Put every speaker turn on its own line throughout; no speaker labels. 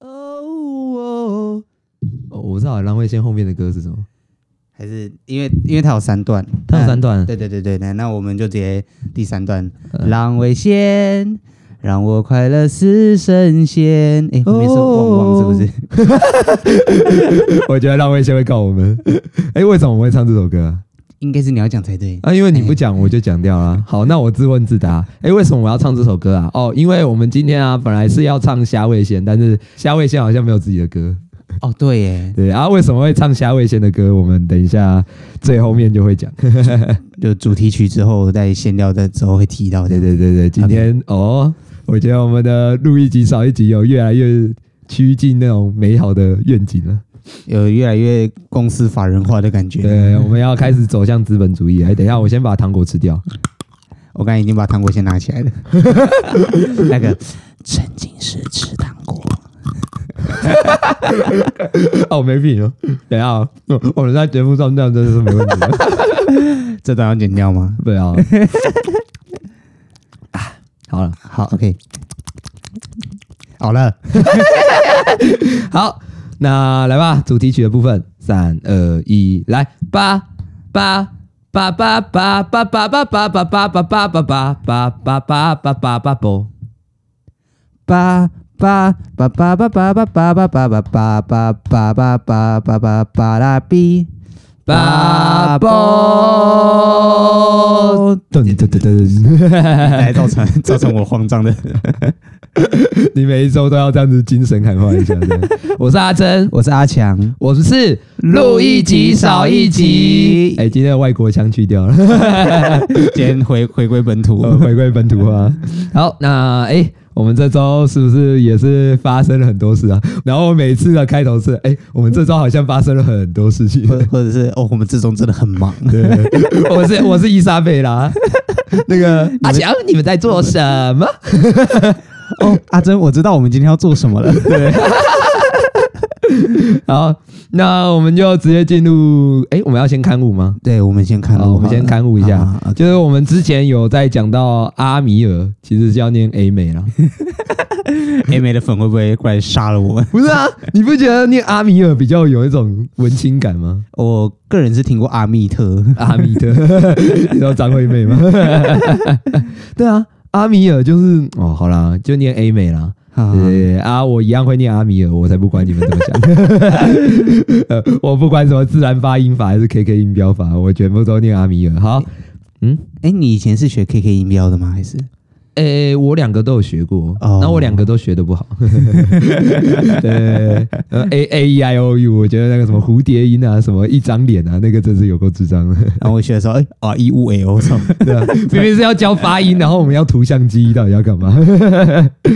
哦我不知道蓝慧仙后面的歌是什么，
还是因为因为它有三段，呃
它有三段
那对对对对，那那我们就直接第三段，
嗯
让危险。让我快乐似神仙。哎、后面是旺旺是不是？
我觉得浪味仙会告我们。 哎、为什么我会唱这首歌啊？
应该是你要讲才对。
啊，因为你不讲，我就讲掉了。啊好，那我自问自答。哎、为什么我要唱这首歌啊？哦，因为我们今天啊，本来是要唱虾味仙，但是虾味仙好像没有自己的歌。
哦，对耶，
对啊，为什么会唱虾味仙的歌？我们等一下最后面就会讲。
就主题曲之后，在闲聊的时候会提到的。
对对对对，今天哦，我觉得我们的录一集少一集，有越来越趋近那种美好的愿景了。
有越来越公司法人化的感觉。
对，我们要开始走向资本主义。哎，等一下，我先把糖果吃掉。
我刚才已经把糖果先拿起来 了。那个沉浸式吃糖果，
哦，没品哦。等一下哦，我们在节目上这样真的是没问题的。
这段要剪掉吗？
对 啊。好了，
好，OK，好了，
好，那来吧，主题曲的部分，三二一，来，八八八八八八八八八八八八八八八八八八八八八八。
八八八八八八八八八八八八八八八八八八八啦比。
八宝，噔噔噔噔，
来造成 造成我慌张的，
你每一周都要这样子精神喊话一下。这样我是阿珍，
我是阿强，
我们是
录一集少一集
哎、今天的外国腔去掉了，
今天回回归本土，
我们回归本土化。好，那哎、我们这周是不是也是发生了很多事啊？然后每次的开头是哎、我们这周好像发生了很多事情。
或或者是哦，我们志中真的很忙，
对， 我是我是伊莎贝拉，那个 阿强，你们在做什么？
哦，阿珍，我知道我们今天要做什么 了。
好，那我们就直接进入。哎、我们要先刊物吗？
对，我们先看，
好，我们先刊物一下，
啊啊
就是我们之前有在讲到阿米尔，其实是要念 A 美啦。
A 美的粉会不会过来杀了我们？
不是啊，你不觉得念阿米尔比较有一种文青感吗？
我个人是听过阿密 特，
阿米特， 你知道张惠妹吗？对啊，阿米尔就是哦，好啦，就念 A 美啦。
啊
对对对啊，我一样会念阿米尔，我才不管你们怎么想。 呃，我不管什么自然发音法还是 KK 音标法，我全部都念阿米尔。好，
哎，你以前是学 KK 音标的吗？还是
诶、我两个都有学过，
哦
那、我两个都学的不 好。对呃，A A E I O U，我觉得那个什么蝴蝶音啊，什么一张脸啊，那个真是有够智障的。
然后我学的时候，哎，R E U A O，
对啊， 明明是要教发音，然后我们要图像记忆，到底要干嘛？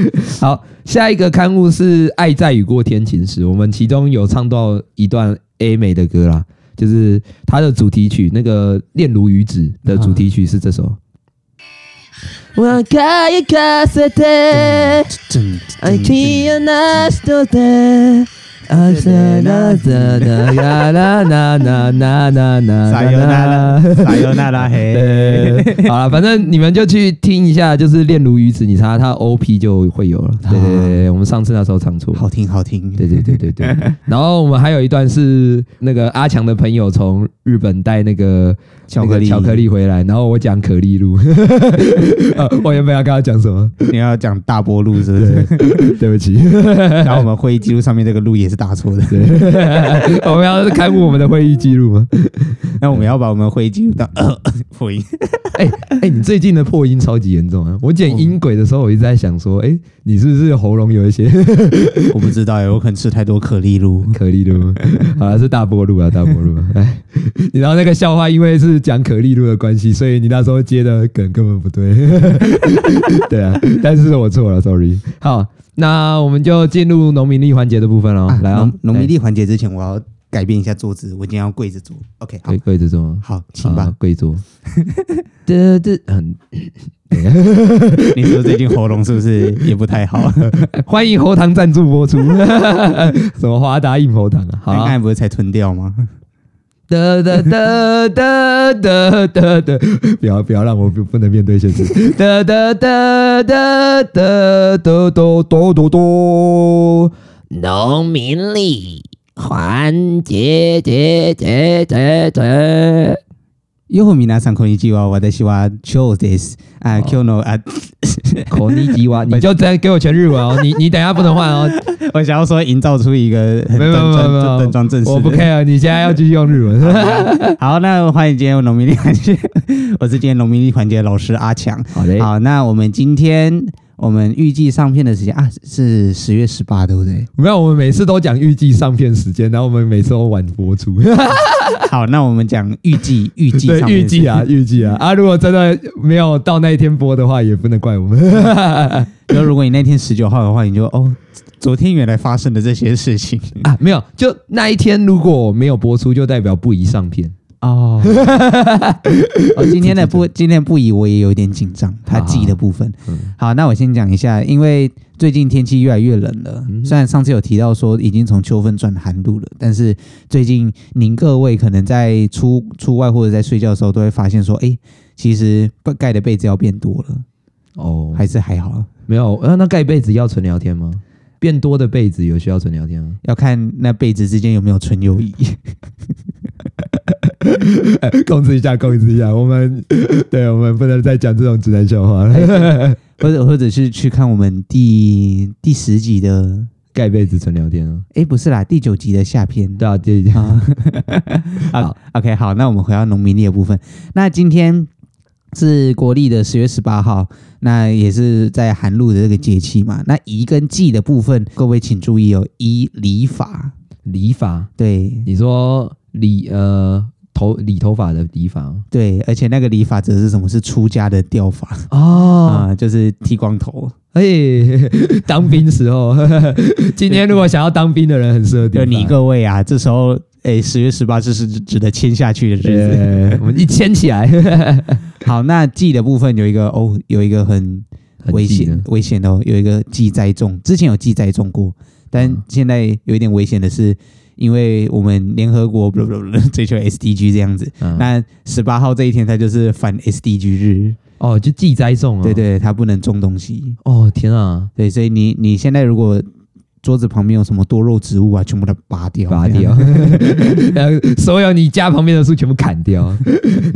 好，下一个刊物是《爱在雨过天晴时》，我们其中有唱到一段 A 美的歌啦，就是它的主题曲，那个《恋如雨止》的主题曲是这首。我可以卡塞的。
真
爱听啊那首歌，啊塞那那那那那那那那
撒尤那拉，撒尤那拉嘿，
呃， 好了，反正你们就去听一下，就是《恋如雨止》，你查它 OP 就会有了。对对对对，我们上次那时候唱错。
好听好听，
对对对对对。然后我们还有一段是那个阿强的朋友从日本带那个
巧克力
那个巧克力回来，然后我讲可丽露， 呃我原本要跟他讲什么？
你要讲大波路是不是？
对，对不起。
然后我们会议记录上面这个路也是打错的，
对，我们要开幕我们的会议记录吗？
那我们要把我们会议记录到呃 破音，
哎、哎、你最近的破音超级严重啊！我
哦
剪音轨的时候，我一直在想说，哎、你是不是喉咙有一些
我不知道哎，我可能吃太多可丽露，
可丽露？好了，是大波路啊，大波路、啊。哎，你知道那个笑话，因为是讲可丽露的关系，所以你那时候接的梗根本不对。 对啊，但是我错了，sorry。好，那我们就进入农民力环节的部分喽、
啊
来啊、
农农民地环节之前，我要改变一下桌子，我今天要跪着坐。OK，
哎，跪跪着做吗？
好，好，请吧
啊。跪 坐。这这嗯很
你说最近喉咙是不是也不 太好？啊
欢迎喉糖赞助播出， 什么华达硬喉糖啊？好
刚
啊，
才不是才吞掉吗？
得得得得得得得，不要不要让我不不能面对现实。得得得得得得得得得得，农民力环节节节节节，
ようみなさんこんにちは。私はチョウです。あ、今日のあ、
口尼基哇，你就再给我全日文哦，你你等一下不能换哦，
我想要说营造出一个很
没有没有
端
没有没
庄、
有
端庄正式。
我不 care，你现在要继续用日文。
好，那欢迎今天农民力环节， 我是今天农民力环节的老师阿强。
好嘞，
好，那我们今天我们预计上片的时间啊是十月十八，对不对？
没有，我们每次都讲预计上片时间，然后我们每次都晚播出。
好，那我们讲预计预计
对
上，片
预
的时
计
间
啊，。 预计啊，啊，如果真的没有到那一天播的话，也不能怪我 们
然后如 果你那天十九号的话，你就哦，昨天原来发生的这些事情
啊。没有，就那一天如果没有播出，就代表不宜上片。
哦。哦，今天的不今天不宜，我也有点紧张，他记的部分。
嗯
好，那我先讲一下，因为最近天气越来越冷了。
嗯
虽然上次有提到说已经从秋分转寒露了，但是最近您各位可能在出出外或者在睡觉的时候，都会发现说，哎、其实盖的被子要变多了，
哦，
还是还好啊，
没有，呃，那盖被子要纯聊天吗？变多的被子有需要纯聊天吗？
要看那被子之间有没有纯友谊。
控制一下，控制一下，我们 对我们不能再讲这种直男笑话 了。
或者或者是去看我们第第十集的，
盖被子纯聊天啊，
哎，不是啦，第九集的下篇。
对啊，这一
啊
好
好，OK，好，那我们回到农民历的部分。那今天是国历的十月十八号，那也是在寒露的这个节气嘛。那宜跟忌的部分，各位请注意哦，宜礼法，
理发，
对
你说理呃头理头发的理发啊
对，而且那个礼法则是什么？是出家的掉法啊、
哦，
就是剃光头。
哎、 当兵时候，今天如果想要当兵的人很适合
就
地
你
方
各位啊，这 时候。哎，十月十八这是值得签下去的日子。
对，我们一牵起来，
好，那忌的部分有一个哦，有一个很
很
危
近
险
啊
危险的哦，有一个记栽种，之前有记栽种过，但
嗯
现在有一点危险的是，因为我们联合国 blah blah blah 追求 SDG 这样子，
嗯
那十八号这一天它就是反 SDG 日，
哦，就记栽种啊，
对，对，它不能种东西，
哦天啊，
对，所以你你现在如果桌子旁边有什么多肉植物啊，全部都拔掉，
拔
这
掉
样，
呃，所有你家旁边的树全部砍掉，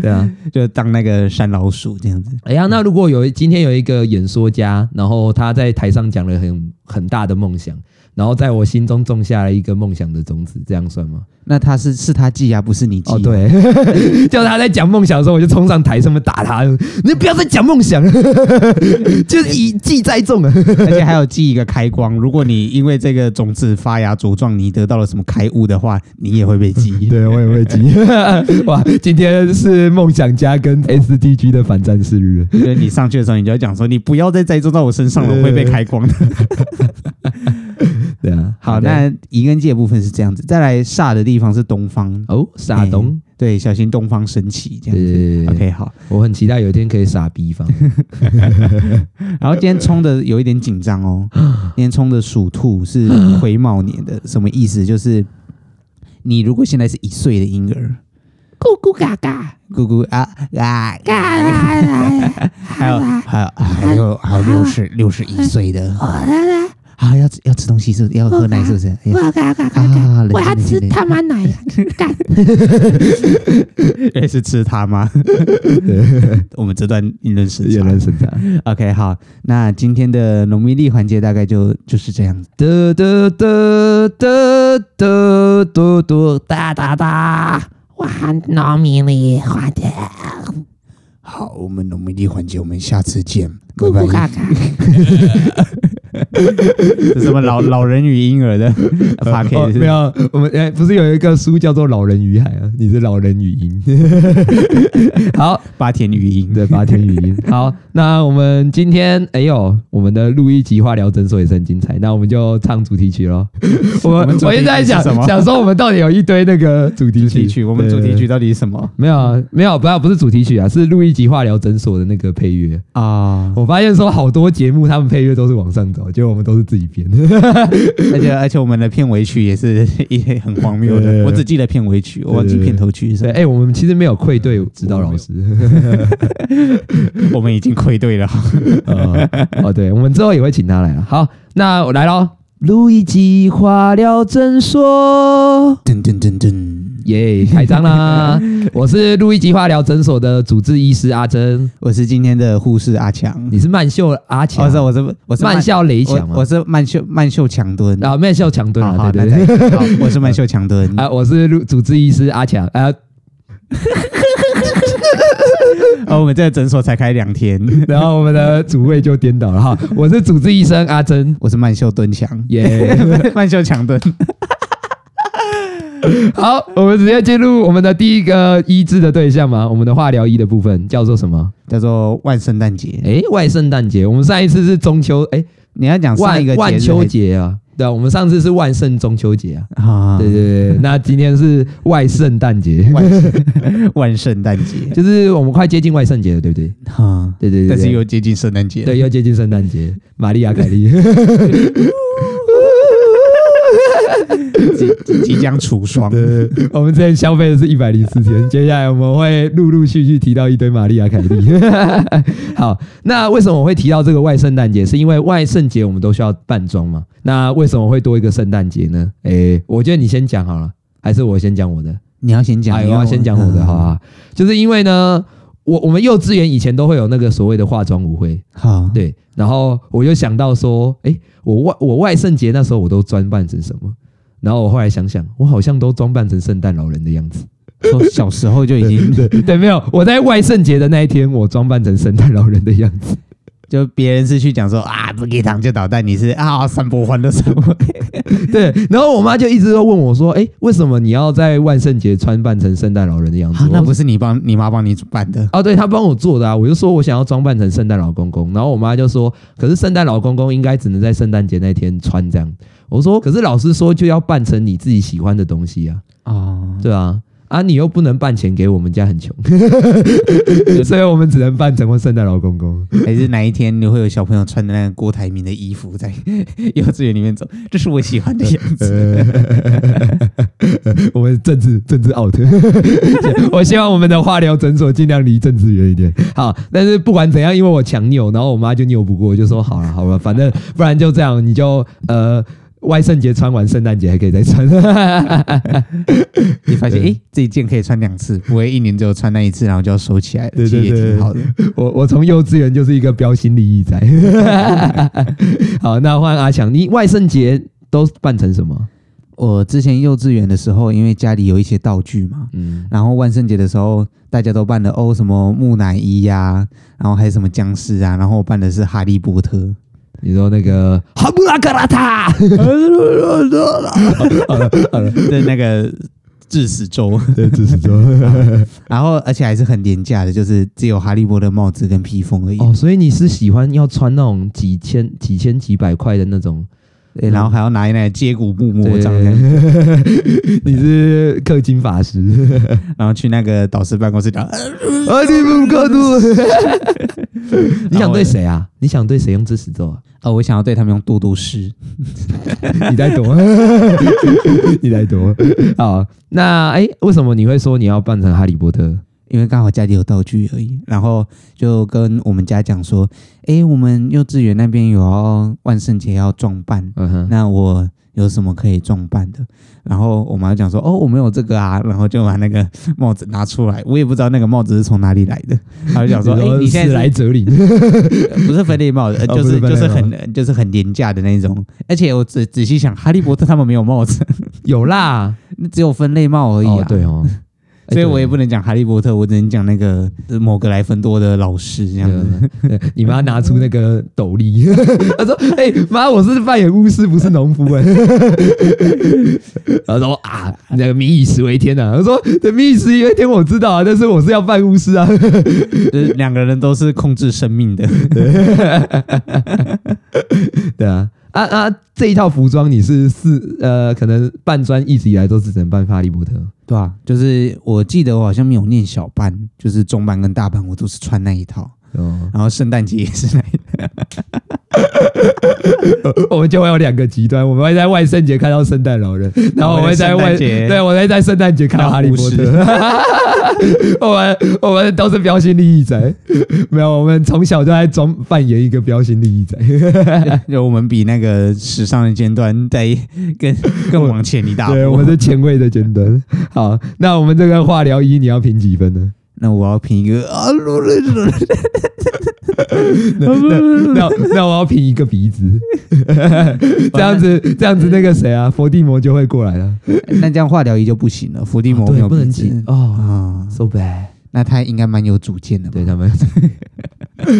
对啊，
就当那个山老鼠这样子。
哎呀，那如果有今天有一个演说家，然后他在台上讲了很很大的梦想，然后在我心中种下了一个梦想的种子，这样算吗？
那他是是他记啊，不是你记、
哦，， 对， 就他在讲梦想的时候，我就冲上台上面打他，你不要再讲梦想， 就是以记栽种啊。
而且还有记一个开光。如果你因为这个种子发芽茁壮，你得到了什么开悟的话，你也会被 记。
对，我也会记。 哇，今天是梦想家跟 SDG 的反战士日。
就是你上去的时候，你就要讲说，你不要再栽种到我身上了，我会被开光的。
对啊，
好，
的
那移根界的部分是这样子，再来煞的地方是东方，
哦，傻东，
对，小心东方神起这
对
样子。
对对对
OK，好。
我很期待有一天可以傻逼方。
然后今天冲的有一点紧张 哦，今天冲的属兔是癸卯年的，什么意思？就是你如果现在是一岁的婴儿，
咕咕嘎嘎
咕咕啊啊
嘎啦啦，
还有还有还有还有六十六十一岁的，
哦
啊，要吃要吃东西是不是要喝奶是不是？哎呀
我嘎嘎嘎嘎，
啊，
哦我要
冷静冷
吃
静
他妈奶，干！
哎，是吃它 吗？我们这段言论时
有
间。
人审查。
OK，好，那今天的农民历环节大概就就是这样子。
得得得得得得得哒哒哒。
我喊农民力花的
好，我们农民历环节，我们下次见，
咕咕 嘎。嘎，
这什么老老人与婴儿的 p o c
哦
a s
没
t
有，我们哎，不是有一个书叫做《老人与海》啊？你是老人语音。好，
八田与婴
对，八天语音。 好，那我们今天哎呦，我们的录一集化疗诊所也是很精彩，那我们就唱主题曲喽。 我
我
们
们主
我
题
一直在
曲是
想
什么
想说，我们到底有一堆那个主题
主
曲，
题曲，我们
对
主题。
对
曲
对
到底是什么
没有啊没有，不要不是主题曲啊，是录一集化疗诊所的那个配乐。
啊？
我发现说好多节目他们配乐都是往上走，结果我们都是自己编。
而且而且我们的片尾曲也是也很荒谬
对
的，我只记得片尾曲，我忘记片头曲是什
对，
么。
哎、我们其实没有愧对指导老师。
我们已经愧对了。
哦呃哦，对，我们之后也会请他来了。好，那我来喽。路易吉化疗诊所，
噔噔噔噔，
耶、开张啦！我是路易吉化疗诊所的主治医师阿珍，
我是今天的护士阿强，
你是曼秀阿强，
哦我是我是我是
曼秀雷强
我我
吗？
是曼秀曼秀强敦，
啊，曼秀强敦
好好
啊，对
那
对对，
再好，我是曼秀强敦，
啊，我是路主治医师阿强，啊，
哦，我们这个诊所才开两天，
然后我们的主位就颠倒了哈，我是主治医生阿珍，
我是曼秀敦强，
耶、
曼秀强敦，
好，我们直接进入我们的第一个医治的对象嘛，我们的化疗医的部分叫做什么？
叫做万圣诞节。
诶，外圣诞节，我们上一次是中秋，诶，
你要讲啊上
万
一个节日
万秋
还是
节啊，对啊，我们上次是万圣中秋节啊，
啊，
对对 对，那今天是外圣诞节，
万万圣诞节
就是我们快接近万圣节了，对不对？
哈，
对对对对，
但是又接近圣诞节，
对，又接近圣诞节，玛丽亚凯莉，
即，即将除霜。
我们之前消费的是一百零四天，接下来我们会陆陆续续提到一堆玛丽亚凯莉。 好，那为什么我会提到这个外圣诞节？是因为外圣节我们都需要扮装嘛？那为什么会多一个圣诞节呢？诶、我觉得你先讲好了，还是我先讲我的？
你要先讲，嗯
哎，
你
我要先讲我的，好不， 好？就是因为呢，我我们幼稚园以前都会有那个所谓的化妆舞会，
好，
对，然后我就想到说，诶，我外我外圣节那时候我都装扮成什么？然后我后来想想，我好像都装扮成圣诞老人的样子。
从小时候就已经，
对，没有，我在外圣节的那一天，我装扮成圣诞老人的样子。
就别人是去讲说啊，不给糖就捣蛋，你是啊，散播欢乐社会，
对，然后我妈就一直都问我说，诶，为什么你要在万圣节穿扮成圣诞老人的样子？
啊 那
我
不是你帮你妈帮你办的，
啊，对他帮我做的啊，我就说我想要装扮成圣诞老公公，然后我妈就说，可是圣诞老公公应该只能在圣诞节那天穿这样。我说，可是老师说就要扮成你自己喜欢的东西啊，
哦，
对啊，啊你又不能办钱给我们家很穷， 所以我们只能扮成圣诞老公公。
还是哪一天你会有小朋友穿的那个郭台铭的衣服在 幼稚园里面走，这是我喜欢的样 子，
我们政治政治 out，我希望我们的化疗诊所尽量离政治远一点。好，但是不管怎样，因为我强扭，然后我妈就扭不过，就说好了好了，反正不然就这样，你就呃。万圣节穿完，圣诞节还可以再穿。
你发现
对
诶，这一件可以穿两次，不会一年只有穿那一次，然后就要收起来了，
对
其实
对
也
对
挺好的。
我我从幼稚园就是一个标新立异仔。 好，那换阿强，你万圣节都扮成什么？
我之前幼稚园的时候，因为家里有一些道具嘛，
嗯，
然后万圣节的时候，大家都扮的哦，什么木乃伊呀、然后还有什么僵尸啊，然后我扮的是哈利 波特。
你说那个哈布拉格拉塔，
的那个致死咒，
对，只是说。
然后而且还是很廉价的，就是只有哈利波特帽子跟披风而已，
哦，所以你是喜欢要穿那种几千、几千、几百块的那种？嗯
对然后还要拿一那个接骨木魔
对
杖这样，
你是氪金法师，
然后去那个导师办公室讲，呃
啊，你不刻度。 你想
然后
对谁啊？你想对谁用致死咒啊？
哦，我想要对他们用多多师，
你在躲， 你在躲。好，那哎、为什么你会说你要扮成哈利波特？
因为刚好家里有道具而已，然后就跟我们家讲说，诶，我们幼稚园那边有要万圣节要装扮，
嗯哼，
那我有什么可以装扮的？然后我妈就讲说，哦，我没有这个啊，然后就把那个帽子拿出来，我也不知道那个帽子是从哪里来的，她就讲 说，哎诶，你现在
是
是
来者里，
不是分类帽子，呃
哦
就
不是
是
分
就
类
是
帽
很就是很廉价的那种。而且我仔仔细想，哈利波特他们没有帽子，
有啦，
只有分类帽而已啊。呃
哦，对哦，哎
所以我也
对
不能讲哈利波特，我只能讲那个呃某个莱芬多的老 师这样子。
对对你妈拿出那个斗笠， 她说：“哎、妈，我是扮演巫师，不是农夫。”哎，然后说啊，那个民以食为天呐、啊。她说：“对，民以食为天，我知道啊，但是我是要扮巫师啊。
就是两个人都是控制生命的。”
对啊，啊啊，这一套服装你是是呃，可能扮专一直以来都是只能扮哈利波特。
对啊，就是我记得我好像没有念小班，就是中班跟大班我都是穿那一套，
哦，
然后圣诞节也是那一
我们就会有两个极端，我们会在万圣节看到圣诞老 人，然后我们会在
哦我们
万
在圣诞节
对我们会在圣诞节看到哈利波特。 我们我们都是标新立异仔，没有，我们从小就在装扮演一个标新立异仔。
就我们比那个时尚的尖端再 更更往前一大步。
对，我们是前卫的尖 端。好，那我们这个化疗一你要评几分呢？
那我要评一个啊，噜噜噜噜
那那我要评一个鼻子， 这样子这样子那个谁啊，伏地魔就会过来啊了。
那这样化疗仪就不行了，伏地魔没有鼻子
哦
啊，
，so bad。
那他应该蛮有主见的吧？
对他们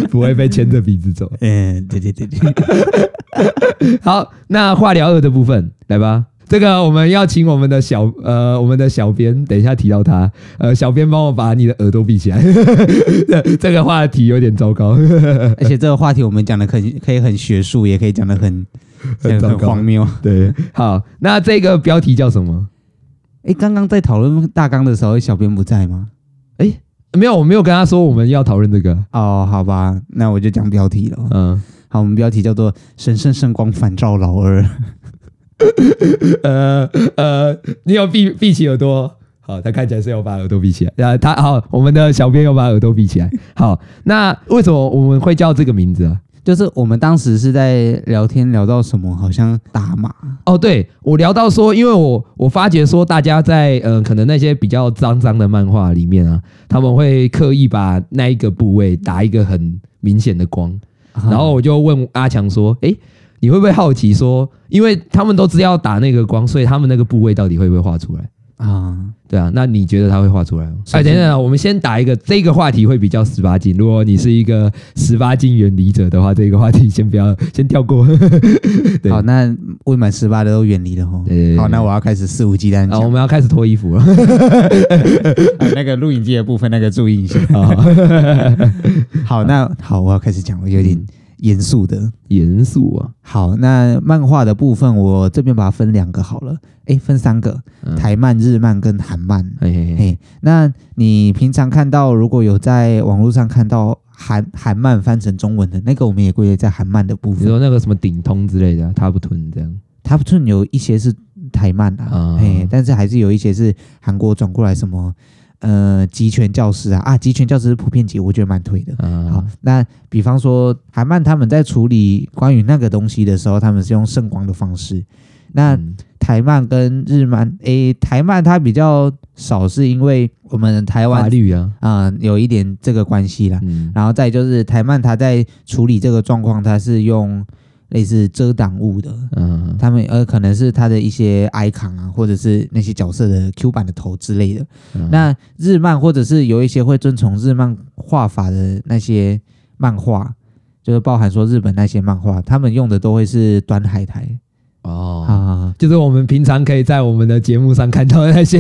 不会被牵着鼻子走。
嗯，对对对对，
好，那化疗二的部分来吧。这个我们要请我们的小呃，我们的小编，等一下提到他，呃，小编帮我把你的耳朵闭起来。 这这个话题有点糟糕，
而且这个话题我们讲的很可以很学术，也可以讲的很
很糟
很
糕
荒。谬。
对，好，那这个标题叫什么？
哎，刚刚在讨论大纲的时候，小编不在吗？
没有，我没有跟他说我们要讨论这个。
哦，好吧，那我就讲标题了。
嗯，
好，我们标题叫做《神圣圣光反照老二》。
呃呃，你有闭闭起耳朵。好，他看起来是有把耳朵闭起来。呃，他好，我们的小编有把耳朵闭起来。好，那为什么我们会叫这个名字啊？
就是我们当时是在聊天聊到什么，好像打码，
哦，对我聊到说，因为我我发觉说，大家在呃，可能那些比较脏脏的漫画里面啊，他们会刻意把那一个部位打一个很明显的光，然后我就问阿强说，诶，你会不会好奇说，因为他们都知道打那个光，所以他们那个部位到底会不会画出来？
啊，
对啊，那你觉得他会画出来吗？
首
哎，
先
等等啊，我们先打一个，这个话题会比较十八禁。如果你是一个十八禁远离者的话，这个话题先不要，先跳过。对
好，那未满十八的都远离了吼
对对。对
好，那我要开始肆无忌惮
啊，
讲
我们要开始脱衣服 了。
啊那个录影机的部分，那个注意一下。
好
好，那好，我要开始讲了，有
嗯
点严肃的。
严肃啊，
好，那漫画的部分，我这边把它分两个好了，诶，分三个，
嗯
台漫、日漫跟韩漫。
嘿哎嘿嘿，
嘿，那你平常看到，如果有在网络上看到韩韩漫翻成中文的那个，我们也归类在韩漫的部
你
分。
说那个什么顶通之类的啊，他不吞这样，
它不是有一些是台漫啊
啊，
嘿，但是还是有一些是韩国转过来什么呃集权教师啊啊，集权教师是普遍级，我觉得蛮推的。
啊，
好，那比方说韩漫他们在处理关于那个东西的时候，他们是用圣光的方式。那
嗯
台漫跟日漫，诶，台漫它比较少，是因为我们台湾
法律啊，
啊、有一点这个关系啦。
嗯，
然后再就是台漫，它在处理这个状况，它是用类似遮挡物的，
嗯
他们呃可能是它的一些 icon 啊，或者是那些角色的 Q 版的头之类的。
嗯
那日漫或者是有一些会遵从日漫画法的那些漫画，就是包含说日本那些漫画，他们用的都会是端海苔
哦，
啊。
就是我们平常可以在我们的节目上看到的那些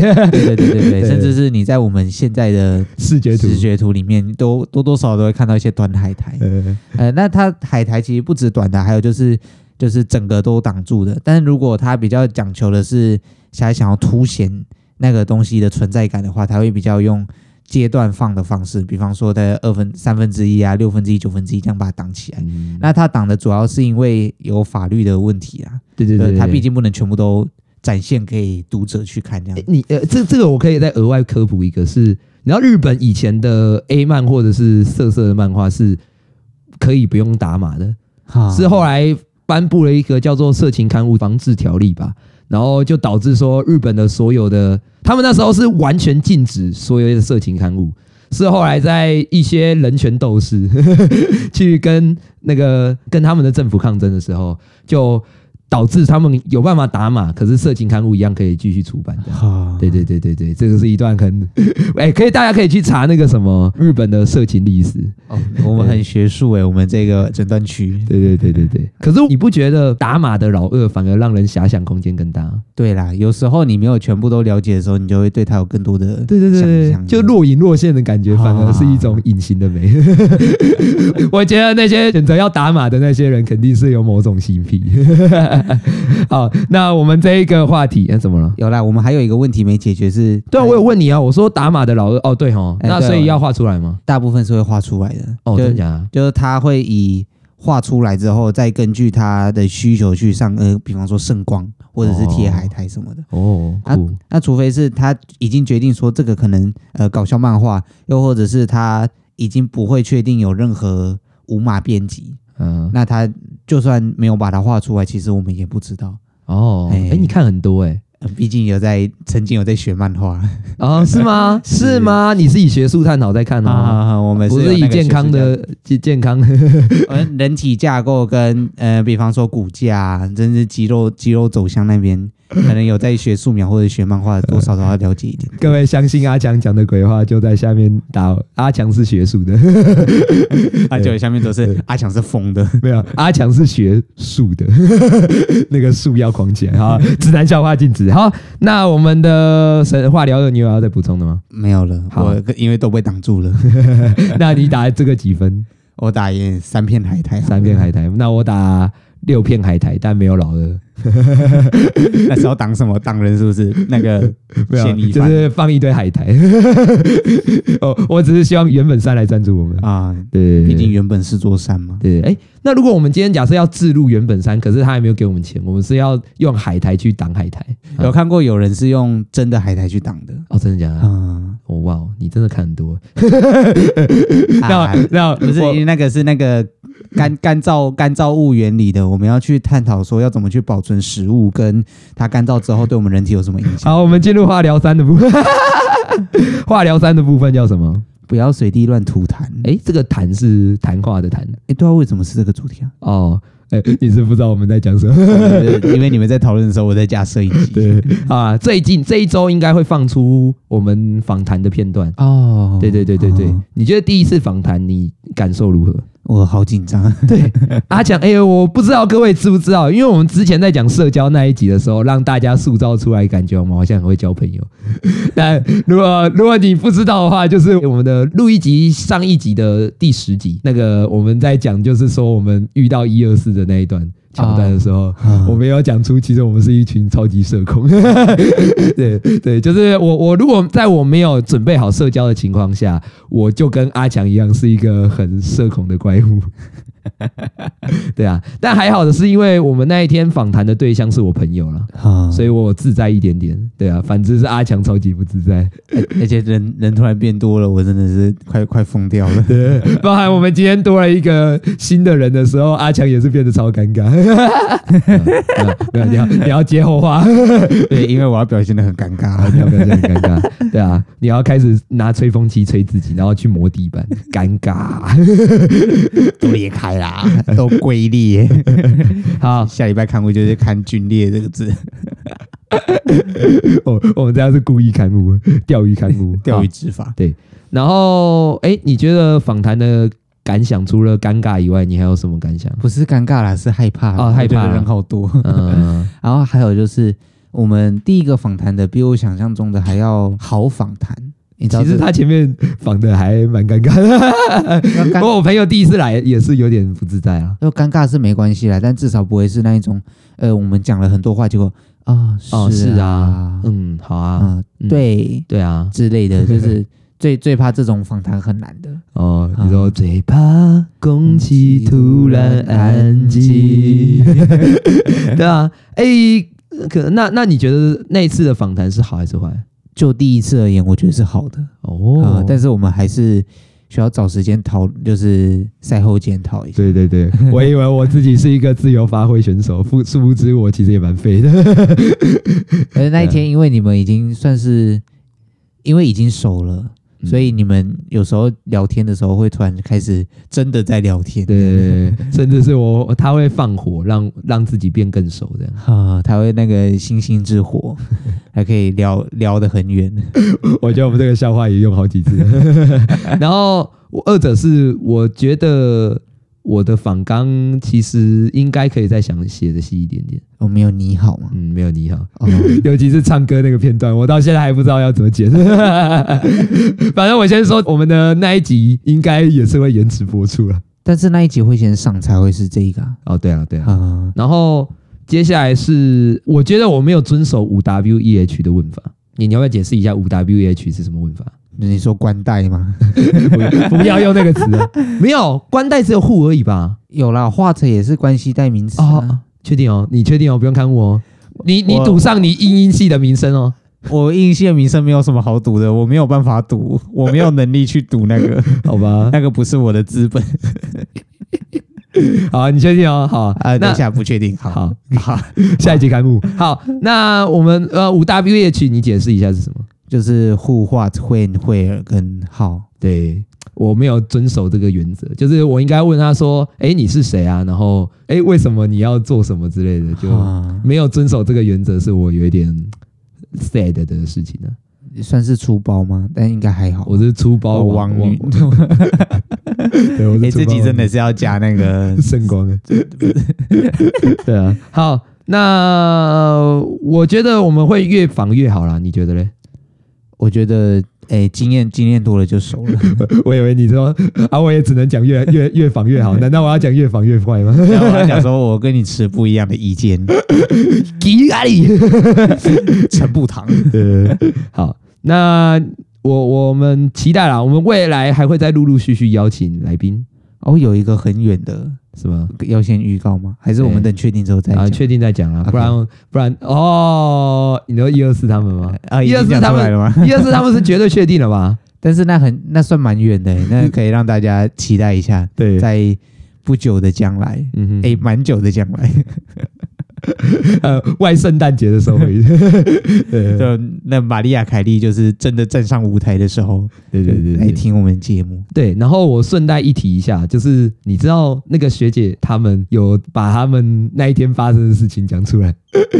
对对对对
对
对，甚至是你在我们现在的
视觉图，
视觉图里面，都多多少少都会看到一些端海苔。
呃，
呃，那它海苔其实不止短的，还有就是就是整个都挡住的。但是如果它比较讲求的是想想要凸显那个东西的存在感的话，它会比较用阶段放的方式，比方说在二分三分之一啊、六分之一、九分之一这样把它挡起来。
嗯
那它挡的主要是因为有法律的问题啊，
对对对，
呃它
对
毕。竟不能全部都展现给读者去看这样
诶。你呃，这这个我可以再额外科普一个是，你知道日本以前的 A 漫或者是色色的漫画是可以不用打码的，
哈
是后来颁布了一个叫做《色情刊物防治条例》吧，然后就导致说日本的所有的，他们那时候是完全禁止所有的色情刊物，是后来在一些人权斗士 去跟那个跟他们的政府抗争的时候，就导致他们有办法打码，可是色情刊物一样可以继续出版的。
哈
对对对对对，这个是一段很， 哎、可以大家可以去查那个什么日本的色情历史，
哦，我们很学术诶、我们这个诊断区。
对对对对对。可是你不觉得打码的老二反而让人遐想空间更大？
对啦，有时候你没有全部都了解的时候，你就会对他有更多的
对对对对
想象
对，就若隐若现的感觉，
啊
反而是一种隐形的美。 我觉得那些选择要打码的那些人，肯定是有某种性癖。 好，那我们这一个话题，哎、怎么了？
有啦。我们还有一个问题没解决是，
对啊，我有问你啊，我说打码的老二，哦对哦，
哎
那
对哦
所以要画出来吗？
大部分是会画出来的
哦，
就
真假的？
就是他会以画出来之后，再根据他的需求去上呃，比方说圣光或者是贴海苔什么的。
哦，
啊
酷，
那除非是他已经决定说这个可能呃搞笑漫画，又或者是他已经不会确定有任何无码编辑，
嗯，
那他就算没有把它画出来，其实我们也不知道。
哦，
哎
哎，你看很多哎，
呃毕竟有在曾经有在学漫画
哦，是吗？
是
是吗？你是以学术探讨在看的哦吗？
啊，我们
不
是
是
有那
以
个
健康
学术
的 健健康
架，呃，人体架构跟呃，比方说骨架啊，甚至肌肉肌肉走向那边，可能有在学素描或者学漫画，多少都要了解一点。
各位相信阿强讲的鬼话，就在下面打。阿强是学术的，
啊，就下面都是阿强是疯的，
没有，阿强是学术的， 那个术要狂起来 哈。直男笑话禁止。好，那我们的神话聊的，你有要再补充的吗？
没有了，
好
我因为都被挡住了，
那你打这个几分？
我打赢三片海苔，
三片，海苔，那我打六片海苔，但没有老的，
那时候挡什么？挡人是不是？那 个
没有
嫌疑，
就
犯
是放一堆海苔。 哦，我只是希望原本山来赞助我们。
啊，
对，
毕竟原本是座山嘛。
对，哎，那如果我们今天假设要自入原本山，可是他还没有给我们钱，我们是要用海苔去挡海苔。啊
有看过有人是用真的海苔去挡的
哦，真的假的？
啊？
哦，哇哦，你真的看很多。
啊
那那
不是
我
因为那个是那个 干干燥干燥物原理的，我们要去探讨说要怎么去保存食物，跟它干燥之后对我们人体有什么影响。
好，我们进入化疗三的部分。 化疗三的部分叫什么？
不要随地乱吐痰。哎、
哎，这个谈是谈话的谈
诶对啊，为什么是这个主 题啊？
哦。哎，你是不知道我们在讲什么。
因为你们在讨论的时候，我在架摄影机。
对啊，最近这一周应该会放出我们访谈的片段。
哦
对对对对对
哦，
你觉得第一次访谈你感受如何？
我好紧张。啊
对， 阿强，哎、呦，我不知道各位知不知道，因为我们之前在讲社交那一集的时候，让大家塑造出来感觉我们好像很会交朋友。 但如果如果你不知道的话，就是我们的录一集上一集的第十集，那个我们在讲就是说我们遇到一二四的那一段桥段的时候，我们有讲出其实我们是一群超级社恐。 对对，就是我我如果在我没有准备好社交的情况下，我就跟阿强一样是一个很社恐的怪物。对啊，但还好的是，因为我们那一天访谈的对象是我朋友啦，
啊，
所以我自在一点点。对啊，反之是阿强超级不自在。
而且人人突然变多了，我真的是快 快疯掉了。
包含我们今天多了一个新的人的时候，阿强也是变得超尴尬。 啊啊没有，你要你要接后话，
对，因为我要表现的很尴 尬。
你要不要这样尴尬？ 对啊，你要开始拿吹风机吹自己，然后去磨地板， 尴尬。
都裂开啦，都 龟裂。
好，
下礼拜看我就是看“皲裂”这个字，
我我们这样是故意刊物， 钓鱼刊物，
钓
好
鱼执法。
然后，哎，你觉得访谈的感想除了尴尬以外，你还有什么感想？
不是尴尬啦，是害怕啦
哦害
我觉得
怕啦
人好多。
嗯，
然后还有就是，我们第一个访谈的比我想象中的还要好访谈。你知道
其实
这
他前面仿的还蛮 尴尬的，
要
不
尴
过我朋友第一次来也是有点不自在啊。
要呃尴尬是没关系啦，但至少不会是那一种，呃，我们讲了很多话，结果啊，
哦，是啊
啊，，
嗯，好啊，
啊，
嗯
对
对啊，
之类 的，就是最最怕这种访谈很难的。
哦，你
啊
说最怕空气突然安静， 对啊，哎，可那那你觉得那一次的访谈是好还是坏？
就第一次而言，我觉得是好的。
哦
啊，，但是我们还是需要找时间讨，就是赛后检讨一下。
对对对，我以为我自己是一个自由发挥选手，不殊不知我其实也蛮废的。
而那一
啊
天，因为你们已经算是，因为已经熟了，
嗯
所以你们有时候聊天的时候会突然开始真的在聊天。
对， 甚至是我他会放火，让让自己变更熟这样。
啊，他会那个星星之火， 还可以聊聊得很远。
我觉得我们这个笑话也用好 几次。然后我二者是，我觉得我的仿纲其实应该可以再想写的细一点点。
我哦没有你好吗？
嗯，没有你好。
哦，
尤其是唱歌那个片段，我到现在还不知道要怎么剪。 反正我先说，我们的那一集应该也是会延迟播出了。
但是那一集会先上才会是这一个啊
哦，对了，对了，
啊。
然后接下来是，我觉得我没有遵守五 W E H 的问法。你你要不要解释一下五 W E H 是什么问法？
你说官带吗？
不要用那个词啊，没有官带只有户而已吧？
有啦，化成也是关系代名词、啊。
哦，确定哦，你确定哦，不用看我哦。你你
我
赌上你英音系的名声 哦，
我应县名声没有什么好赌的，我没有办法赌，我没有能力去赌那 个，
好吧？
那个不是我的资本
好，你确定哦？好
啊、
那
等一下不确定，好
好，
好，
下一集刊物。好，那我们呃五 W H，你解释一下是什么？
就是互化惠惠尔跟浩，
对我没有遵守这个原则，就是我应该问他说：“哎，你是谁啊？”然后“哎，为什么你要做什么之类的？”就
啊
没有遵守这个原则，是我有一点 sad 的事情呢、
算是粗包吗？但应该还好。
我是粗包
哦，王
王
女，
对， 我
哎，
是粗
这
包
集
王
真的是要加那个
圣光欸了。 对啊，好，那我觉得我们会越仿越好啦，你觉得嘞？
我觉得，哎、经验经验多了就 熟了。
我以为你说啊，我也只能讲越越越仿越好， 难道我要讲越仿越坏吗？
然后我还想说，我跟你持不一样的意见，
吉咖喱。
陈步堂。
呃好，那我我们期待啦，我们未来还会再陆陆续续邀请来宾，
哦，有一个很远的，
是吗？
要先预告吗？还是我们等确定之后再
啊，
讲？
确定再讲啦，
OK
不然不然哦，你说一二四他们吗？
啊，已
一二
经
四
讲
他
出来
们，
了吗？
一二四他们是绝对确定了吧？
但是那很那算蛮远的，那可以让大家期待一下，
对
在不久的将来，
嗯哼，
哎，蛮久的将来，
呃，外圣诞节的时候 呃会，对对
就那玛利亚凯莉就是真的站上舞台的时候，
对对
来
对，
听我们节目。
对，然后我顺带一提一下，就是你知道那个学姐她们有把她们那一天发生的事情讲 出来，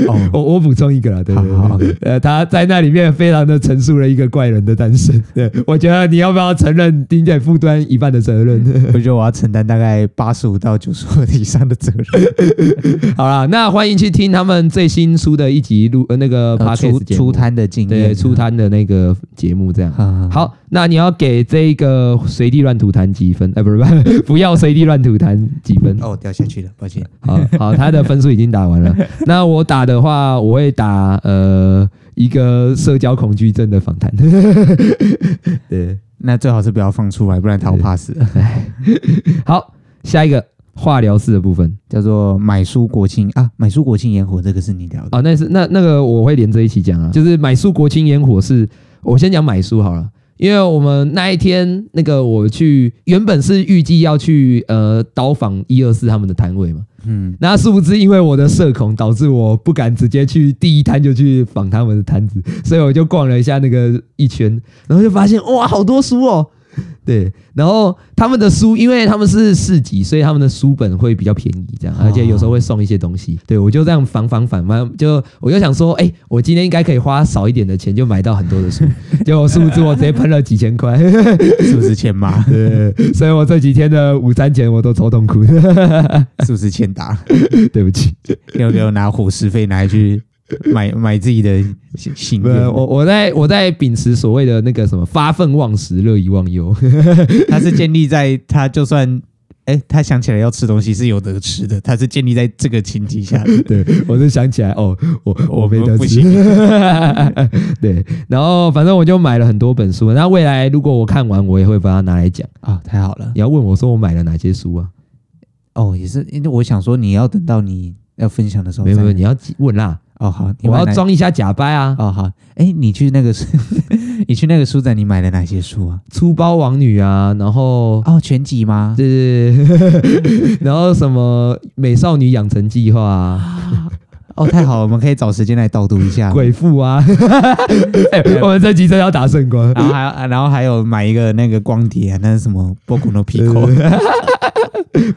哦，
我我补充一个啦，对对对
好好
呃，她在那里面非常的陈述了一个怪人的诞生，对我觉得你要不要承认，你得负担一半的责 任。
我觉得我要承担大概八十五到九十五以上的责任。
好啦，那欢迎去听他们最新出的一集录呃那个 p
呃
o d
出
c
出摊的嗯经验，
对出摊的那个节目这样。
啊，
好，那你要给这个随地乱吐痰几分？哎、不是不是，不要随地乱吐痰几分？
哦，掉下去了，抱歉。
好好，他的分数已经打完了。那我打的话，我会打呃一个社交恐惧症的访谈。 对，
那最好是不要放出来，不然他怕死。
好，下一个化疗室的部分
叫做买书国庆啊，买书国庆烟火，这个是你聊的。
啊，那是那那个我会连着一起讲啊，就是买书国庆烟火是，我先讲买书好了。因为我们那一天，那个我去原本是预计要去呃刀访一二四他们的摊位嘛，
嗯，
那殊不知，因为我的社恐，导致我不敢直接去第一摊就去访他们的摊子，所以我就逛了一下那个一圈，然后就发现哇，好多书哦。 对，然后他们的书，因为他们是市集，所以他们的书本会比较便宜，这样，
哦
而且有时候会送一些东西。对我就这样反反反反，就我就想说，哎、我今天应该可以花少一点的钱就买到很多的书， 结果殊不知我直接喷了几千块。
是不是欠骂？
对，所以我这几天的午餐钱我都超痛苦的，
是不是欠打？
对不起。
要不要拿伙食费拿来去买买自己的心心
不，
愿？
我我在我在秉持所谓的那个什么发愤忘食、乐以忘忧。
他是建立在他就算。哎、他想起来要吃东西是有得吃的，他是建立在这个情景下的。
对我是想起来哦，我
我
我没得
不
吃。 对，然后反正我就买了很多本书。那未来如果我看完，我也会把它拿来讲。
啊、太好了！
你要问我说我买了哪些书啊？
哦，也是，因为我想说你要等到你要分享的时候
没
再。
有没有，你要问啦，
哦好，你
我要
买哪
装一下假掰啊。
哦好，哎、你去那个书， 你去那个书展，你买了哪些书啊？
粗包王女啊，然 后
哦，全集吗？
对对对， 然后什么美少女养成计划啊。
哦，太好了，我们可以找时间来导读一下。
鬼父 啊！ 哎我们这集真的要打圣光，
然后还有，然后还有买一个那个光碟、啊，那是什么《波古诺皮口》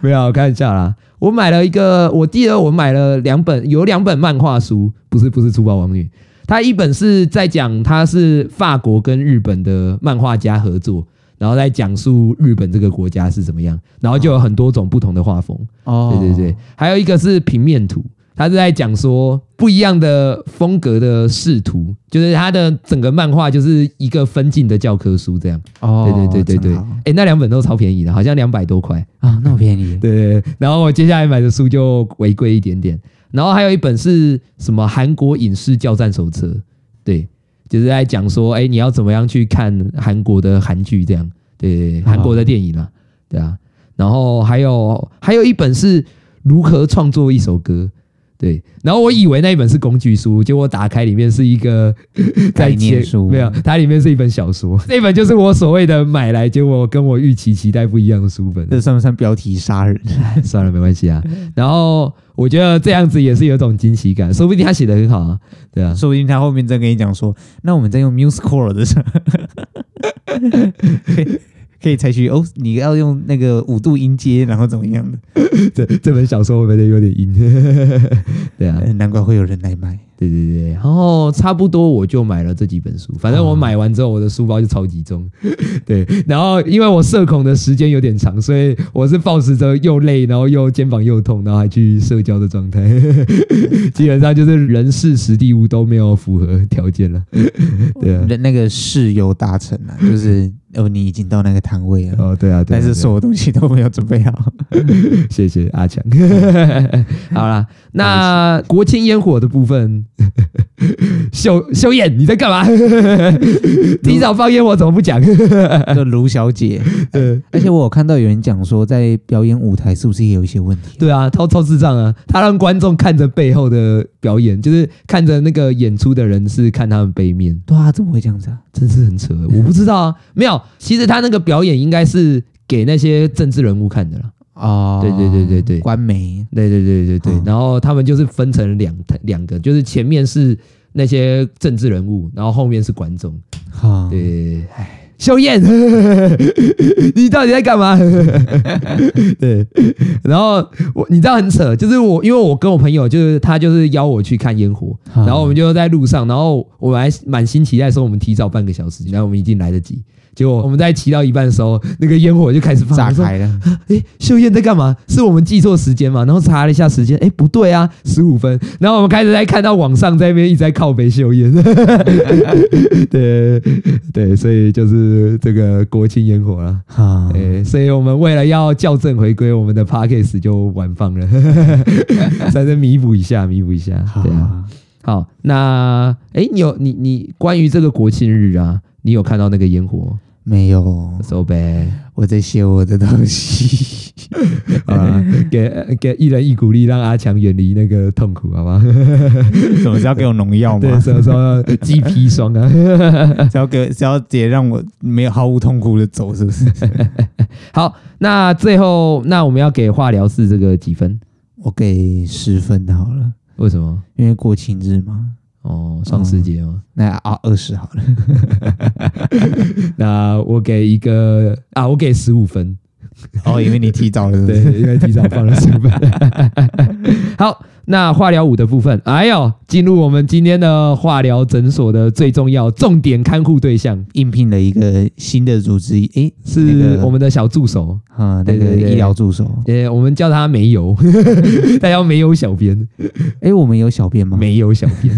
没有，我看一下啦。我买了一个，我记得我买了两本，有两本漫画书，不是不是《珠宝王女》，它一本是在讲它是法国跟日本的漫画家合作，然后在讲述日本这个国家是怎么样，然后就有很多种不同的画风。
哦
对对对，，还有一个是平面图，它是在讲说不一样的风格的视图，就是它的整个漫画就是一个分镜的教科书这样。
哦，
对对对对对
真好，
哎，那两本都超便宜的，好像两百多块。
啊，那么便宜，
对，然后我接下来买的书就违规一点点，然后还有一本是什么韩国影视教战手册，对，就是在讲说，哎、你要怎么样去看韩国的韩剧这样，对对对，韩国的电影啊，对啊。然后还有还有一本是如何创作一首歌，对。然后我以为那一本是工具书，结果打开里面是一个
概
在
念
切
书
没有，它里面是一本小说，那本就是我所谓的买来，结果跟我预期期待不一样的书本。
这算不算标题杀人？
算了，没关系啊。然后我觉得这样子也是有一种惊喜感，说不定他写的很好啊，对啊。
说不定他后面再跟你讲说，那我们在用 MuseCore 的时候， 可以可以采取哦，你要用那个五度音阶，然后怎么样的？
这这本小说会不会有点阴？ 对啊，
呃难怪会有人来买。
对对对。然后差不多我就买了这几本书，反正我买完之后我的书包就超级重。 对，然后因为我社恐的时间有点长，所以我是保持着又累，然后又肩膀又痛，然后还去社交的状态。 基本上就是人事实地物都没有符合条件了。 对啊，
那那个事有达成了，就是哦，你已经到那个摊位了，
哦对啊，对啊
但是
对啊
所有东西都没有准备好。
谢谢阿强。好啦，那国庆烟火的部分， 秀秀燕你在干嘛？提早放烟火怎么不讲？
就卢小 姐，哎
呃
而且我有看到有人讲说，在表演舞台是不是也有一些问题？
对啊，超超智障啊！他让观众看着背后的表演，就是看着那个演出的人是看他们背面，
对啊，怎么会这样子啊？
真是很扯。我不知道啊，没有，其实他那个表演应该是给那些政治人物看的啦。
哦
对对对对对
官媒
对对对对对，
嗯
然后他们就是分成两两个，就是前面是那些政治人物，然后后面是观众。
嗯哈，
对对，对哎，秀燕， 你到底在干嘛？ 对，然后我你知道很扯，就是我因为我跟我朋友就是他就是邀我去看烟火，
啊
然后我们就在路上，然后我还满心期待说我们提早半个小时，然后我们一定来得及。结果我们在骑到一半的时候，那个烟火就开始放，
炸
我说
开了，
诶，秀燕在干嘛？是我们记错时间嘛？然后查了一下时间，诶，不对啊，十五分。然后我们开始在看到网上在那边一直在靠北秀燕， 对对，所以就是这个国庆烟火啦。
哈，
对，所以我们为了要校正回归，我们的 p a c k a s e 就晚放了， 算是弥补一下，弥补一下。
好
对啊，好，那诶，你有你你关于这个国庆日啊，你有看到那个烟火
没有，
？So bad。
我在写我的东西。
啊， 给给一人一鼓励，让阿强远离那个痛苦，好吗？
什么是要给我农 药
对，
吗？
什么什么鸡砒霜啊？
是要给是要直接让我没有毫无痛苦的走，是不是？
好，那最后那我们要给化疗室这个几分？
我给十分好了，
为什么？
因为国庆日嘛。
哦，双十节吗？
那啊，二十好了，
那我给一个啊，我给十五分，
哦，因为你提早了，是不
对，
是？
因为提早放了十五分。好，那化疗五的部分，哎呦，进入我们今天的化疗诊所的最重要重点看护对象
应聘了一个新的组织，诶，那
是
个
我们的小助手，
啊，那
对
个
对对
医疗助手，
呃，我们叫他煤油， 他叫煤油小编，
诶，我们有小便吗？
没有小编，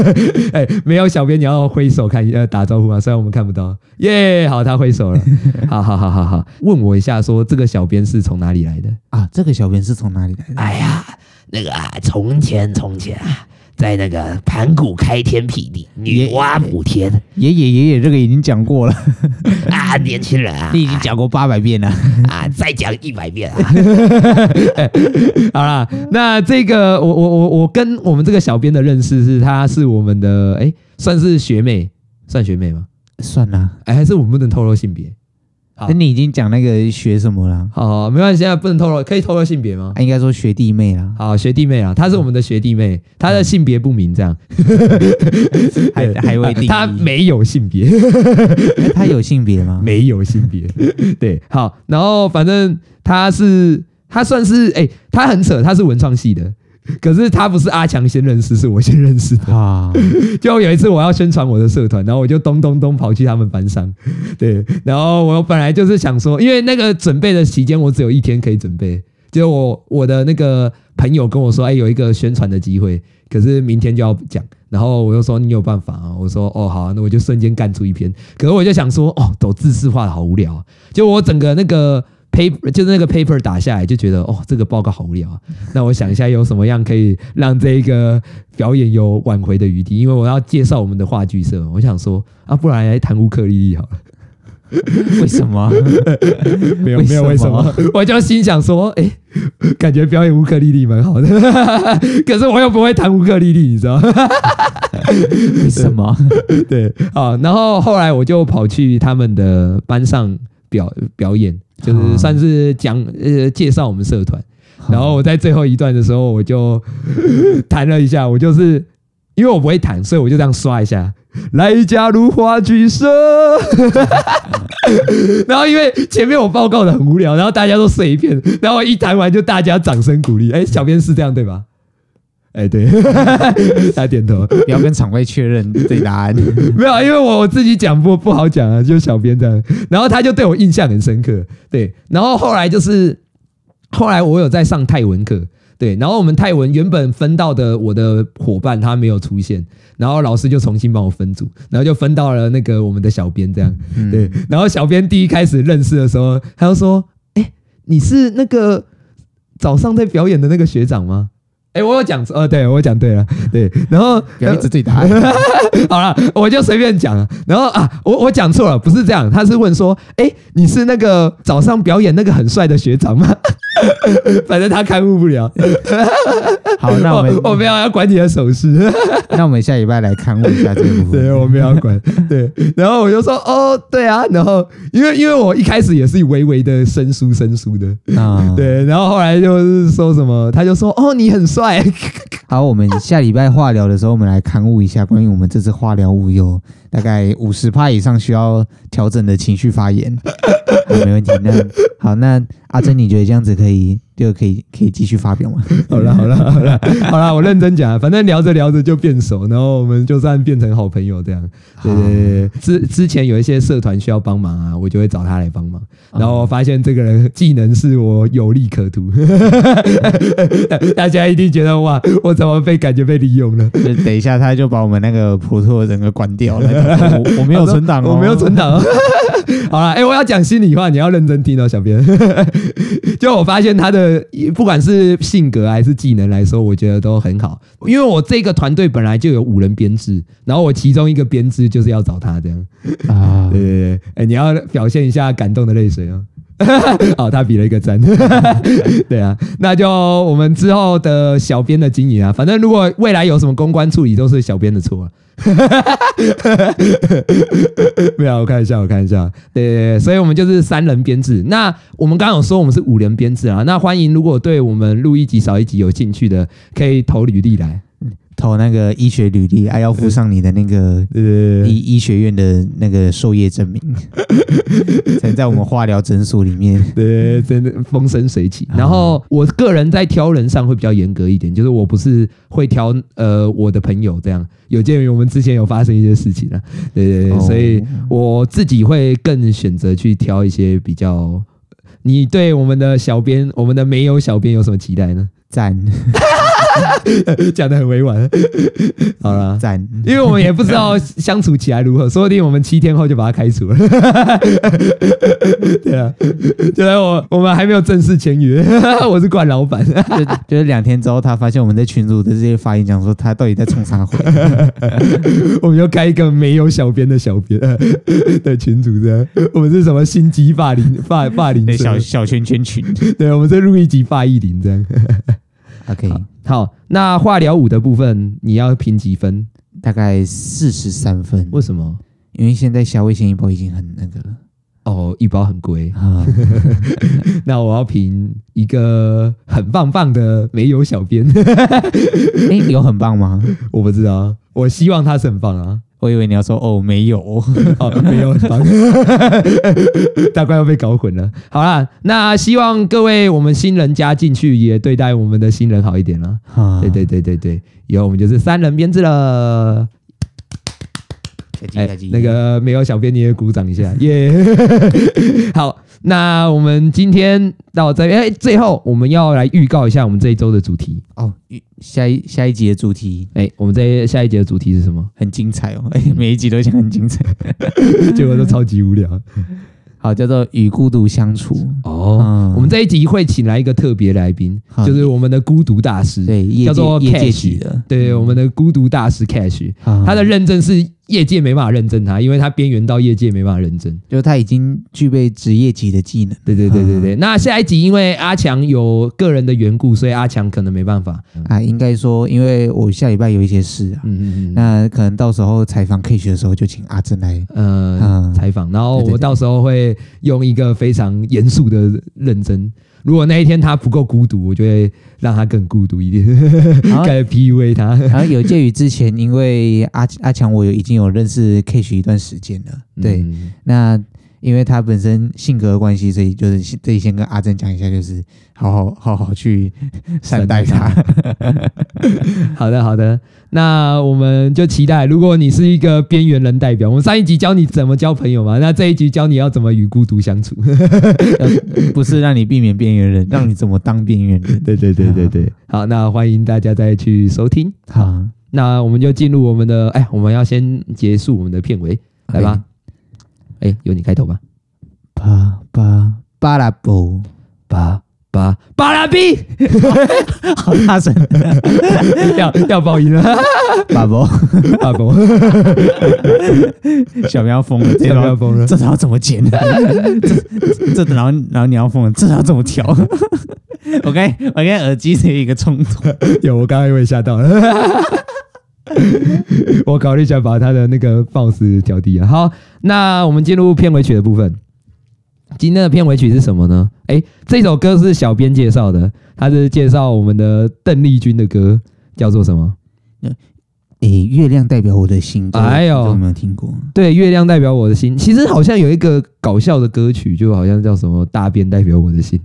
哎、没有小编，你要挥手看呃打招呼啊，虽然我们看不到，耶、好，他挥 手了，好好好好好，问我一下说这个小编是从哪里来的？
啊，这个小便是从哪里来的？
哎呀，那个啊，从前从前啊，在那个盘古开天辟地，女娲补天
爷爷爷爷，这个已经讲 过了，
啊，年轻人啊
你已经讲过八百遍了。
啊，再讲一百遍啊，
好啦，那这个我我我我跟我们这个小编的认识是，她是我们的哎、算是学妹，算学妹吗？
算了，
哎、还是我们不能透露性别？好
那你已经讲那个学什么了？
好好，没关系，现在啊不能透露，可以透露性别吗？
啊应该说学弟妹啦，
好，学弟妹啊，她是我们的学弟妹，她的性别不明，这样，
还还未定义。
她没有性别，
诶他有性别吗？
没有性别，对，好，然后反正她是，她算是，哎、她很扯，她是文创系的，可是她不是阿强先认识，是我先认识的。
啊，
就有一次我要宣传我的社团，然后我就咚咚咚跑去他们班上，对，然后我本来就是想说，因为那个准备的期间我只有一天可以准备，结果我我的那个朋友跟我说，哎，有一个宣传的机会，可是明天就要讲，然后我就说你有办法啊，我说哦好啊、那我就瞬间干出一篇，可是我就想说哦，走自式化的好无聊、啊，结果我整个那个。 paper 就是那个 paper 打下来，就觉得哦，这个报告好无聊啊。那我想一下有什么样可以让这个表演有挽回的余地，因为我要介绍我们的话剧社嘛，我想说啊，不然来谈乌克丽丽好了。
为什 么？
没有
为
没有，为什
什么
么？ 我就心想说，哎、 感觉表演乌克丽丽蛮好的， 可是我又不会弹乌克丽丽，你知道吗？
为什么？
对啊，然后后来我就跑去他们的班上表表演，就是算是讲呃介绍我们社团。然后我在最后一段的时候，我就 弹了一下，我就是因为我不会弹，所以我就这样刷一下，来加入话剧社。 然后因为前面我报告的很无聊，然后大家都睡一片，然后我一弹完就大家掌声鼓励。哎，小编是这样对吧？哎，对， 他点头。
不要跟场外确认对答案。
没有，因为我我自己讲不不好讲啊，就小编这样。然后他就对我印象很深刻，对。然后后来就是，后来我有在上泰文课，对。然后我们泰文原本分到的我的伙伴他没有出现，然后老师就重新帮我分组，然后就分到了那个我们的小编这样，
嗯
对。然后小编第一开始认识的时候，他就说：“哎、你是那个早上在表演的那个学长吗？”哎、我有讲错，呃，对我讲对了，对。然后
不要一直对答案。
好了，我就随便讲了。然后啊，我我讲错了，不是这样，他是问说，哎、你是那个早上表演那个很帅的学长吗？ 反正他看护不了，
好，那我 们
我没有要管你的手势，
那我们下礼拜来看一下这个部
对
分。
我没有要管，对。然后我就说，哦，对啊。然后因为因为我一开始也是微微的生疏生疏的，
啊，，
对。然后后来就是说什么，他就说，哦，你很帅，
好，我们下礼拜化疗的时候，我们来刊物一下关于我们这次化疗物有大概五十趴以上需要调整的情绪发 言。好，没问题。那好，那阿珍，你觉得这样子可以就可以可以继续发表吗？
好了好了好了好了，我认真讲啊，反正聊着聊着就变熟，然后我们就算变成好朋友这样。对对对对，之之前有一些社团需要帮忙啊，我就会找他来帮忙。然后我发现这个人技能是我有利可图， 大家一定觉得哇，我怎么被感觉被利用了？
就等一下，他就把我们那个普托整个关掉了。 我我没有存档哦，
我没有存 档哦。好了，哎、我要讲心里话，你要认真听哦，小编。 就我发现他的不管是性格还是技能来说，我觉得都很好。因为我这个团队本来就有五人编制，然后我其中一个编制就是要找他这样。
啊
对。对对，哎、你要表现一下感动的泪 水啊。哦，他比了一个赞， 对啊，那就我们之后的小编的经营啊，反正如果未来有什么公关处理，都是小编的错、啊。 没有，我看一下，我看一下，对对对，所以我们就是三人编制。那我们刚刚有说我们是五人编制啊，那欢迎如果对我们录一集少一集有兴趣的，可以投履历来。
投那个医学履历，啊还要附上你的那个
对对对
医医学院的那个授业证 明，才能在我们化疗诊所里面。
对，真的风生水起。然后我个人在挑人上会比较严格一点，就是我不是会挑呃我的朋友这样，有鉴于我们之前有发生一些事情啊，对对对，
哦
所以我自己会更选择去挑一些比较。你对我们的小编，我们的没有小编有什么期待呢？
赞
讲的很委婉， 好啦，
赞，
因为我们也不知道相处起来如何，说不定我们七天后就把他开除了。 对啊，就在我我们还没有正式签约， 我是冠老板。
就就是两天之后，他发现我们在群组的这些发言讲说，他到底在冲啥 回？
我们要开一个没有小编的小编 的群主这样，我们是什么心机霸凌霸霸凌
那
社
小？小圈圈群。
对，我们是录一集霸一零这样。
OK，
好，那化疗五的部分你要评几分？
大概四十三分，
为什么？
因为现在虾味鲜一包已经很那个了
哦，一包很贵，
啊。
那我要评一个很棒棒的没有小编。
哎，有很棒吗？
我不知道啊，我希望他是很棒啊。
我以为你要说哦，没有。
哦，没有很棒， 大概要被搞混了。好啦，那希望各位我们新人加进去，也对待我们的新人好一点啦。
啊
对对对对对，以后我们就是三人编制了。
再见
哎
再见，
那个没有小编你也鼓掌一下，耶、 好，那我们今天到这边，哎、最后我们要来预告一下我们这一周的主题。
哦，下一下一集的主题
哎、我们这下一节的主题是什么？
很精彩哦，哎，每一集都讲很精彩。
结果都超级无聊。
好，叫做与孤独相处。
哦
嗯，
我们这一集会请来一个特别来宾，
好
就是我们的孤独大师，
对，业
嗯叫
界
做
业界
Cash
级的，
对，我们的孤独大师 Cash，
啊
他的认证是业界没办法认证他，因为他边缘到业界没办法认证。
就他已经具备职业级的技能。
对对对对对。
啊
那下一集因为阿强有个人的缘故，所以阿强可能没办法。
啊，应该说，因为我下礼拜有一些事啊，
嗯嗯嗯。
那可能到时候采访 K 学的时候，就请阿珍 来。
呃
嗯，
采访，然后
对对
我
对
到时候会用一个非常严肃的认真。如果那一天他不够孤独，我就会让他更孤独一点，
然后，
开始 PUA 他。
然后有鉴于之前，因为阿阿强我有已经有认识 K 学一段时间了，对，
嗯
那因为他本身性格的关系，所以就是先这里先跟阿珍讲一下，就是好好好好去 善待他。
好的，好的，那我们就期待。如果你是一个边缘人代表，我们上一集教你怎么交朋友嘛，那这一集教你要怎么与孤独相处。
不是让你避免边缘人，让你怎么当边缘 人。
对对对对对，好，那欢迎大家再去收听。
啊好，
那我们就进入我们的，哎，我们要先结束我们的片尾，来吧。哎，由你开头吧。
巴巴巴拉布，
巴巴巴拉比，
好大 声，
要要爆音了， 啊
巴布，
阿崩，
小喵疯了，这
要
条
要崩了。
这条怎么剪？ 这这然后然后你要疯了，这条怎么调？ 我刚我刚耳机是有一个冲突，
有，我刚刚有也吓到了。 我考虑一下把他的那个 bounce 调低啊。好，那我们进入片尾曲的部分。今天的片尾曲是什么呢？哎，这首歌是小编介绍的，他是介绍我们的邓丽君的歌，叫做什么？
诶，月亮代表我的心，各位
哎呦
有没有听过？
对，月亮代表我的心。其实好像有一个搞笑的歌曲，就好像叫什么“大便代表我的心”，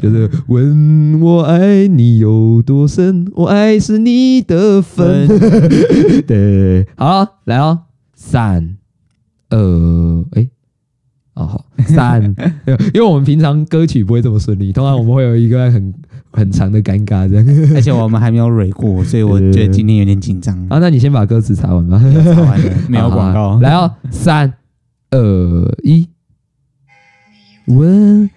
就是问我爱你有多深，我爱是你的份。对，好，来哦，三，二，哎。哦，好，三，因为我们平常歌曲不会这么顺利，通常我们会有一个很很长的尴尬这样。
而且我们还没有蕊过，所以我觉得今天有点紧 张。
啊，那你先把歌词查完吧。
查完了，没有广
好
告
好。来哦，三二一，问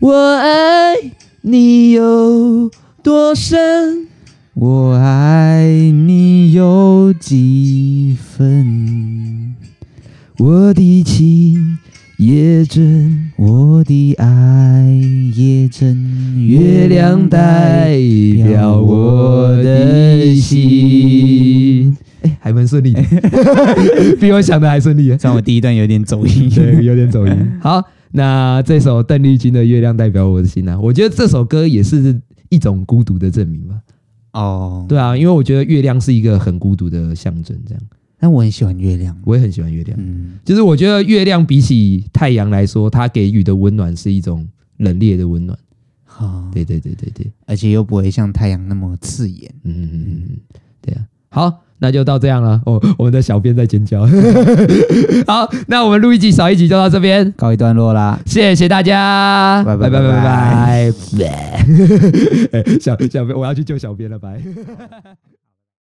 我爱你有多深？
我爱你有几分？
我的情也真，
我的爱也真，
月亮代表我的心。哎，还蛮顺利的， 比我想的还顺利。
虽然我第一段有点走音，
对，有点走音。好，那这首邓丽君的《月亮代表我的心》啊，我觉得这首歌也是一种孤独的证明吧。
哦，
对啊，因为我觉得月亮是一个很孤独的象征，这样
但我很喜欢月亮，
我也很喜欢月亮。
嗯，
就是我觉得月亮比起太阳来说，它给予的温暖是一种冷冽的温暖。
好，
对对对对对，
而且又不会像太阳那么刺眼，
嗯嗯嗯嗯嗯，对啊。好，那就到这样了。哦，我们的小编在尖叫。好，那我们录一集少一集就到这边，
告一段落啦。
谢谢大家，
拜拜
拜
拜
拜拜。哎小小编，我要去救小编了，拜。